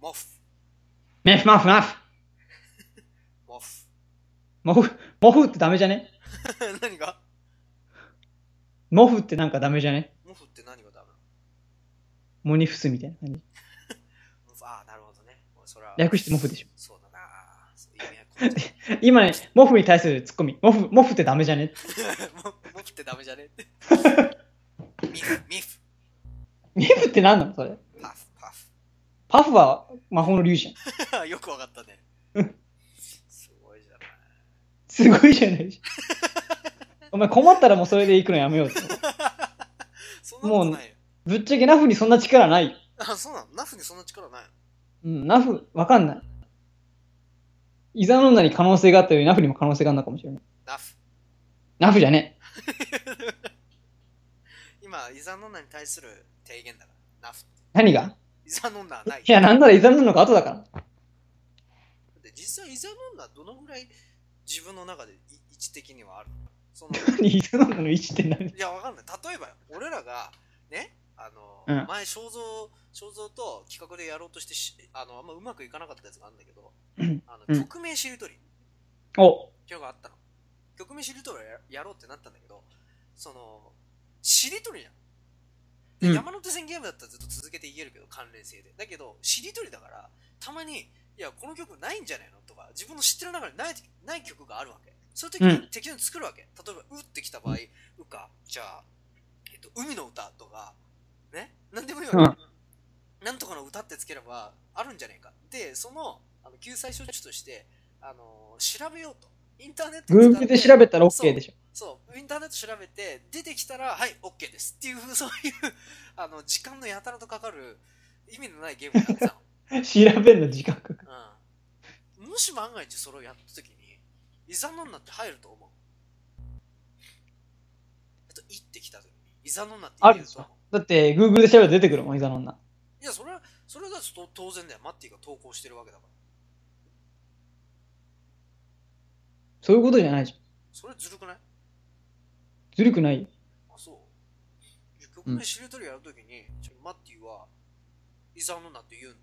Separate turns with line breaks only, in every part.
モフ、
メフマフマフ
モフ。
モフ、モフってダメじゃね
何が
モフってなんかダメじゃね
モフって何がダメなの
モニフスみたいな感じ。
モフ、ああ、なるほどね。もうそれは
略してモフでしょ。
そうだな。そう意味はこっち
今ね、モフに対するツッコミ。モフ、モフってダメじゃね
モフモフってダメじゃね ミフ、ミフ、
ミフって何なのそれ。
パフ、パフ
パフは魔法の竜じゃ ん。。
よくわかったね。すごいじゃない。
すごいじゃないじゃん。お前困ったらもうそれで行くのやめようって。
そんなことないよ。
ぶっちゃけナフにそんな力ない。
あ、そうなのナフにそんな力ないの
うん、ナフ、わかんない。イザノンナに可能性があったようにナフにも可能性があるのかもしれない。
ナフ。
ナフじゃね
今、イザノンナに対する提言だから。ナフ。
え。何が
イザノンナはない。
いや、なんならイザノンナの方が後だから。
で実際イザノンナどのぐらい自分の中でい位置的にはあるの その
何イザノンナの位置って何
いやわかんない例えばよ俺らがねあの、
うん
前肖像肖像と企画でやろうとしてしあのあんまうまくいかなかったやつがあるんだけど
うん
あの、
うん
曲名しりとりって
お、
いうのがあったの曲名しりとりをややろうってなったんだけどそのしりとりじゃんで
うん
山手線ゲームだったらずっと続けて言えるけど関連性でだけどしりとりだからたまにいやこの曲ないんじゃないのとか自分の知ってる中でないない曲があるわけそういう時
う
に適当に作るわけ、例えば「う」ってきた場合「う」かじゃあ、えっと「海の歌」とかねなんでもいいわけ、なんとかの歌ってつければあるんじゃないかでそのあの救済処置としてあの調べようとインターネットを使って
Google で調べたら OK でしょ。
そう、インターネット調べて、出てきたら、はい、OK ですっていう、 そういう、あの、時間のやたらとかかる、意味のないゲームをやってた
調べるの時間かかる。
の。うん。もし万が一それをやった時に、イザノンナって入ると思う。あと、いってきた時に、イザノンナって入れると思う。
だって Google で調べたら出てくるもん、イザノンナ。
いや、それは、それだと当然だよ。マッティが投稿してるわけだから。
そういうことじゃないじゃん。
それずるくない
ずるくないよ。
あ、そう。じゃあ曲名知りとりやるときに、ちょマッティは、イザノンナって言うんだ。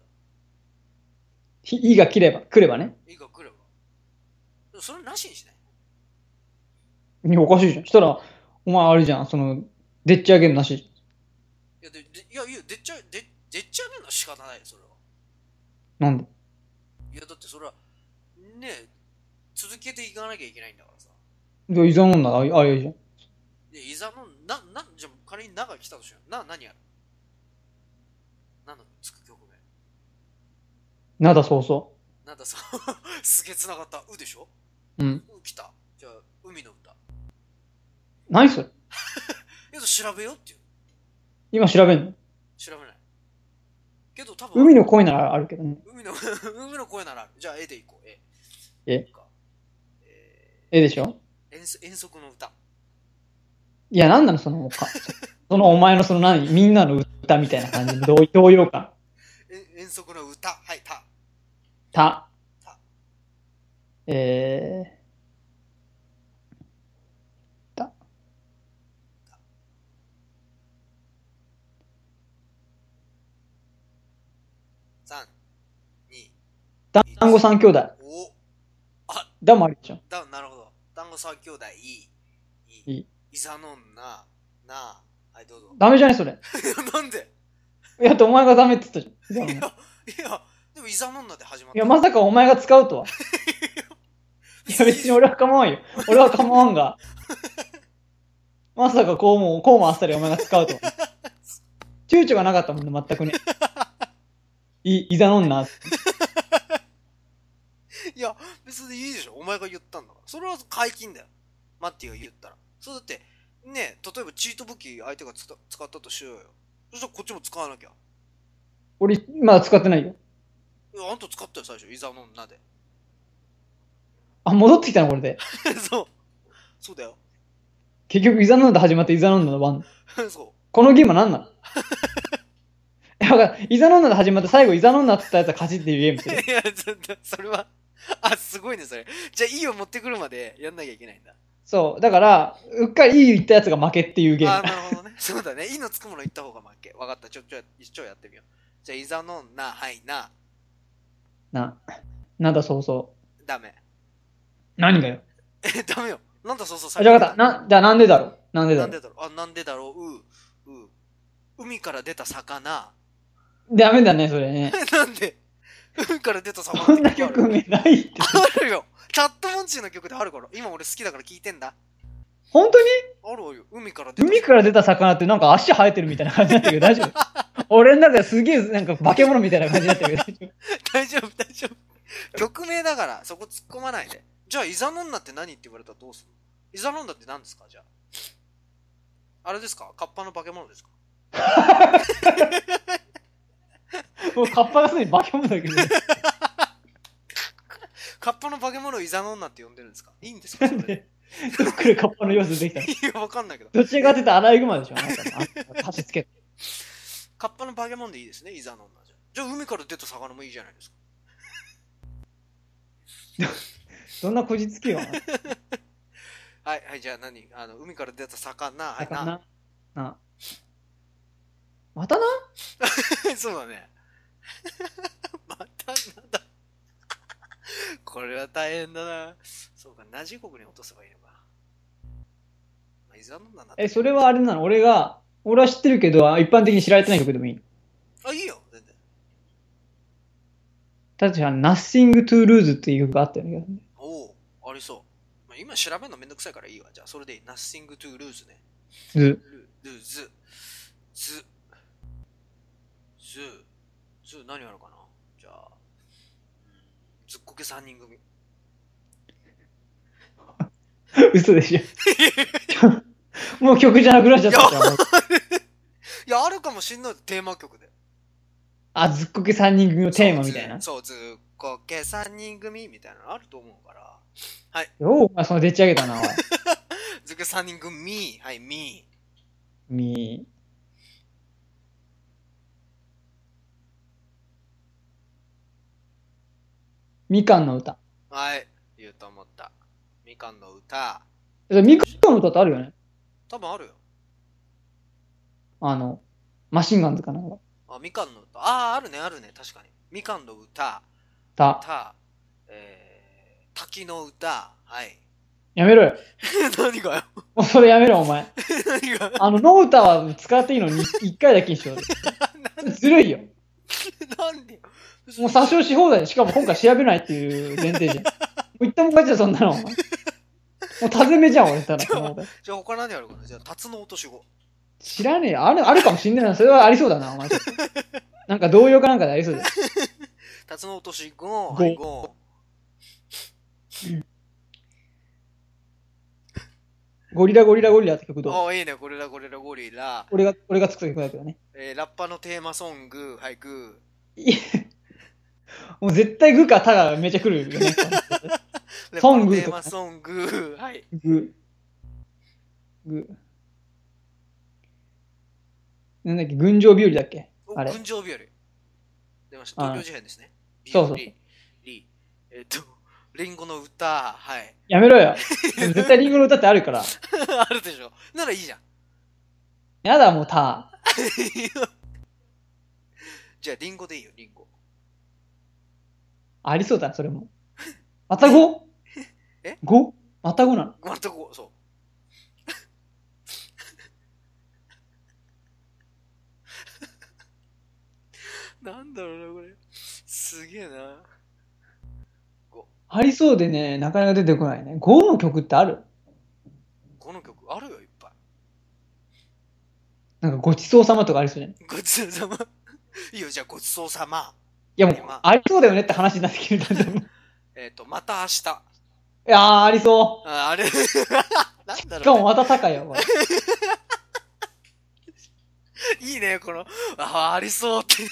ひいいが来れば、来ればね。
いいか来れば。でもそれなしにしない。
いやおかしいじゃん。したら、お前あれじゃん、その、でっち上げるなしじ
いや、で、でいや、いや、でっちゃ、で、でっちゃねえのは仕方ないよ、それは。
ゃん。なんで
いや、だってそれは、ねえ、続けていかなきゃいけないんだからさ。
じゃあ、イザノンナ、ああれじゃん。
で、いざの、な、な、じゃあ仮に長が来たとしよう。な、何やる何のつく曲名
なんだそうそ
なんだ、そうすげえ繋がった。うでしょ
う。うん。
う来た。じゃあ、海の歌。い
何それ
や、調べようっていう。
今調べんの
調べない。けど多分、
海の声ならあるけどね。
海の、 海の声ならある。じゃあ、絵でいこう、絵。
絵
か。え
ええでしょ
ー、遠足遠足の歌。
いや、なんなのその、か そのお前のその何みんなの歌みたいな感じの同同様感。
え遠足の歌。はい、た。
た
た。
えー。た。
三、二、
だ団子三兄弟。
お
だもあるでしょ。
だ、なるほど。団子三兄弟、いい。
いい。
いざのんな、な、はい、どうぞ。
ダメじゃねそれ。
なんで
いや、だってお前がダメって言ったじゃん。
いや、
い
いや、でもいざのんなで始まった。
や、まさかお前が使うとは。いや、別に俺は構わんよ。俺は構わんが。まさかこうも、こうもあっさりお前が使うとは。躊躇がなかったもんね、全くね。い、いざのんな。
いや、別にいいでしょ。お前が言ったんだから。それは解禁だよ。マッティが言ったら。そうだって、ねえ、例えばチート武器相手がつた使ったとしようよ。そしたらこっちも使わなきゃ。
俺、まだ使ってないよ。
いやあんた使ったよ、最初。いざのんなで。
あ、戻ってきたの、これで。
そう。そうだよ。
結局、イザノンダ始まってイザノンダの番。
そ
このゲームは何なの いや、わかんないイザノンダで始まって最後イザノンダって言ったやつが勝ちっていうゲームし
う。
てる。
いや、ちょっと、それは。 あ、すごいね、それ。じゃあ、いいよ、持ってくるまでやんなきゃいけないんだ。
そう。だから、うっかりいい言ったやつが負けっていうゲ
あー、
ーム。
なるほどね。そうだね。いいのつくもの言った方が負け。わかった。ちょ、ちょ、一応やってみよう。じゃあ、いざのんな、はい、な、
な、なんだそうそ
ダメ。
う。何がよ。
え、ダメよ。なんだそうそう、
あ、じゃあ分かった。な、じゃあなんでだろうなんでだ
なん
ろう
でだろうあ、なんでだろうう、う、海から出た魚。
ダメだね、それね。
えなんで海から出た魚
そんな
って曲
曲
ある
名ないって。
あるよ。チャットモンチーの曲であるから。今俺好きだから聞いてんだ。
本当に
あるわよ。海から出た。
海から出た魚ってなんか足生えてるみたいな感じだったけど大丈夫 俺の中ですげえなんか化け物みたいな感じだったけど大丈
大丈
夫
夫、大丈夫。曲名だから、そこ突っ込まないで。じゃあ、イザノンナって何って言われたらどうするイザノンナって何ですかじゃあ。あれですかカッパの化け物ですか
もうカッパがすでに化け物だけど、
カッパの化け物をイザノンナって呼んでるんですかいいんですかそれ で。
どっくらカッパの様子できたの
いや、わかんないけど。
どっちが出たアライグマでしょあなたのあ足つけ
カッパの化け物でいいですね、イザノンナじゃ。じゃあ、海から出た魚もいいじゃないですか。
どんなこじつけよ
はい、はい、じゃあ何あの、海から出た魚、はい、
魚
な。
ななまたな
そうだね。 またなんだ。これは大変だな。そうか、ナジ国に落とせばいいのか。まあ、イザノンナだって
えそれはあれなの俺が俺は知ってるけど一般的に知られてない曲でもいい
あ、いいよ、全然。
確かに「Nothing to Lose」っていう曲があったよね
おお、ありそう。まあ、今調べるのめんどくさいからいいわ。じゃあ、それでいい。Nothing to lose ね。
ず
ルルズズズズ何あるかなじゃあうんずっこけ3人組
嘘でしょもう曲じゃなくなっちゃったじゃん
いやあるかもしんないテーマ曲で
あずっこけ3人組のテーマみたいな
そうずそうずっこけ3人組みたいなのあると思うから
よう、お前そのでっち上げたな、おい。
ずっこけ3人組はいみ
みみかんの歌。
はい言うと思ったみかんの歌
えみかんの歌ってあるよね
多分あるよ
あの、マシンガンズかなんか。
あみかんの歌あああるねあるね確かにみかんの歌
た。
た、えー、滝の歌はい
やめろよ。
何がよ
もうそれやめろ、お前。
何が
あの、の歌は使っていいのに1回だけにしよう。ずるいよ。
なんでよ
もう殺傷し放題。しかも今回調べないっていう前提じゃん。もう一旦も勝ちだよ、そんなの。お前もうたずめじゃん、俺ただ。その歌
じゃあ他何やるかなじゃあ、タツノオトシゴ。
知らねえよ。ある、あるかもしんないな。それはありそうだな、お前。なんか同様かなんかでありそうだよ。
タツノオトシゴ、
ゴ
はい、ゴ。
ゴリラゴリラゴリラって曲どう
ああ、いいね。ゴリラゴリラゴリラ。
俺が、俺が作った曲だけどね。
えー、ラッパのテーマソング、はい、グ
いやもう絶対グかタがめっちゃ来るよね。
ー。
ソング
ラッパのテーマソング、はい。
グ。グ。なんだっけ、群青日和だっけ
お
あれ
群青日和。出ました。
あ
東京事変ですね。
そうそう
リ、リ、えっと、リンゴの歌、はい。
やめろよ。絶対リンゴの歌ってあるから。
あるでしょ。ならいいじゃん。
やだ、もうタ。
じゃあ、リンゴでいいよ、リンゴ。
ありそうだな、それも。またご
え
ごまたごなの
またこう、そう。なんだろうな、これ。すげえな。
ありそうでね、なかなか出てこないね。ゴの曲ってある
この曲、あるよ、いっぱ
なんかごちそうさまとかありそうじゃない
い。ごちそうさま。 いいよ、じゃあ、ごちそうさま。
いやもう
今、
ありそうだよねって話になってきたんだ もんい
えっ、と、また明日。あ
やー、ありそ
あれなんだ
う。しか
ろう
も、また高いよ、これ。
いいね、この、ああ、ありそうって。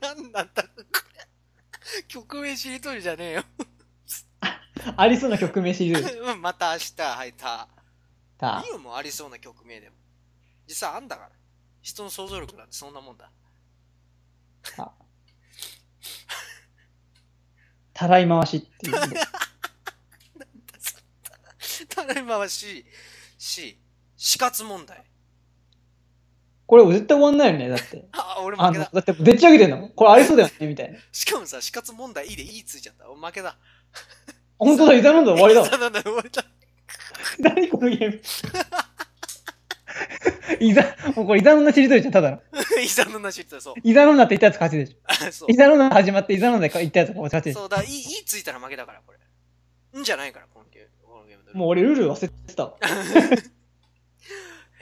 なんなんだろう、これ。曲名しりとりじゃねえよ。
ありそうな曲名シリーズ。
うん、また明日、はい、た。
た
いいよ、もうありそうな曲名でも。実際あんだから。人の想像力なんてそんなもんだ。
たらい回しっていう。
ただいまは C、C、死活問題。
これ絶対終わんないよね、だって。
あ、あ、俺
あ
負け
の、だ
だ。
ってでっち上げてんのこれありそうだよねみたいな。
しかもさ、死活問題いいでいいついちゃった。お負けだ。
本当だ、膝飲んだら終わりだわ。
そうなんだ、終わりだ。
何このゲーム。膝、もうこれ膝飲んだしりとりじゃん、ただの。
イザのなし ってそう。
膝飲んだって言ったやつ勝ちでしょ。
あそう
膝飲んだ始まって膝飲んだ言ったやつが勝ちでしょ。
そうだ、いい、いいついたら負けだから、これ。んじゃないから、このゲーム。このゲームのルール
もう俺ルール忘れてたわ。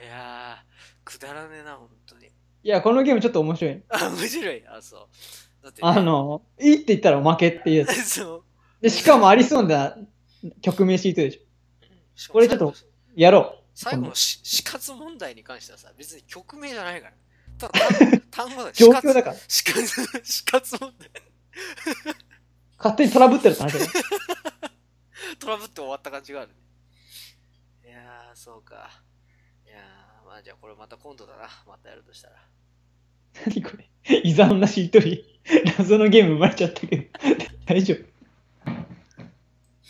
いやー、くだらねえな、本当に。
いや、このゲームちょっと面白い。
あ、面白い。あ、そう。だって、
あ、の、いいって言ったら負けっていうやつ。
そう。
で、しかもありそうな曲名しりとりでしょ。
しかも
これちょっとやろ
最後のし死活問題に関してはさ、別に曲名じゃないから。た だ、単単語だ。
う。状況だから。
死活、死活問題。
勝手にトラブってるって話だよ。
トラブって終わった感じがあるね。いやー、そうか。いやー、まあじゃあこれまた今度だな。またやるとしたら。
何これ。膝のなしりとり。謎のゲーム生まれちゃったけど。大丈夫。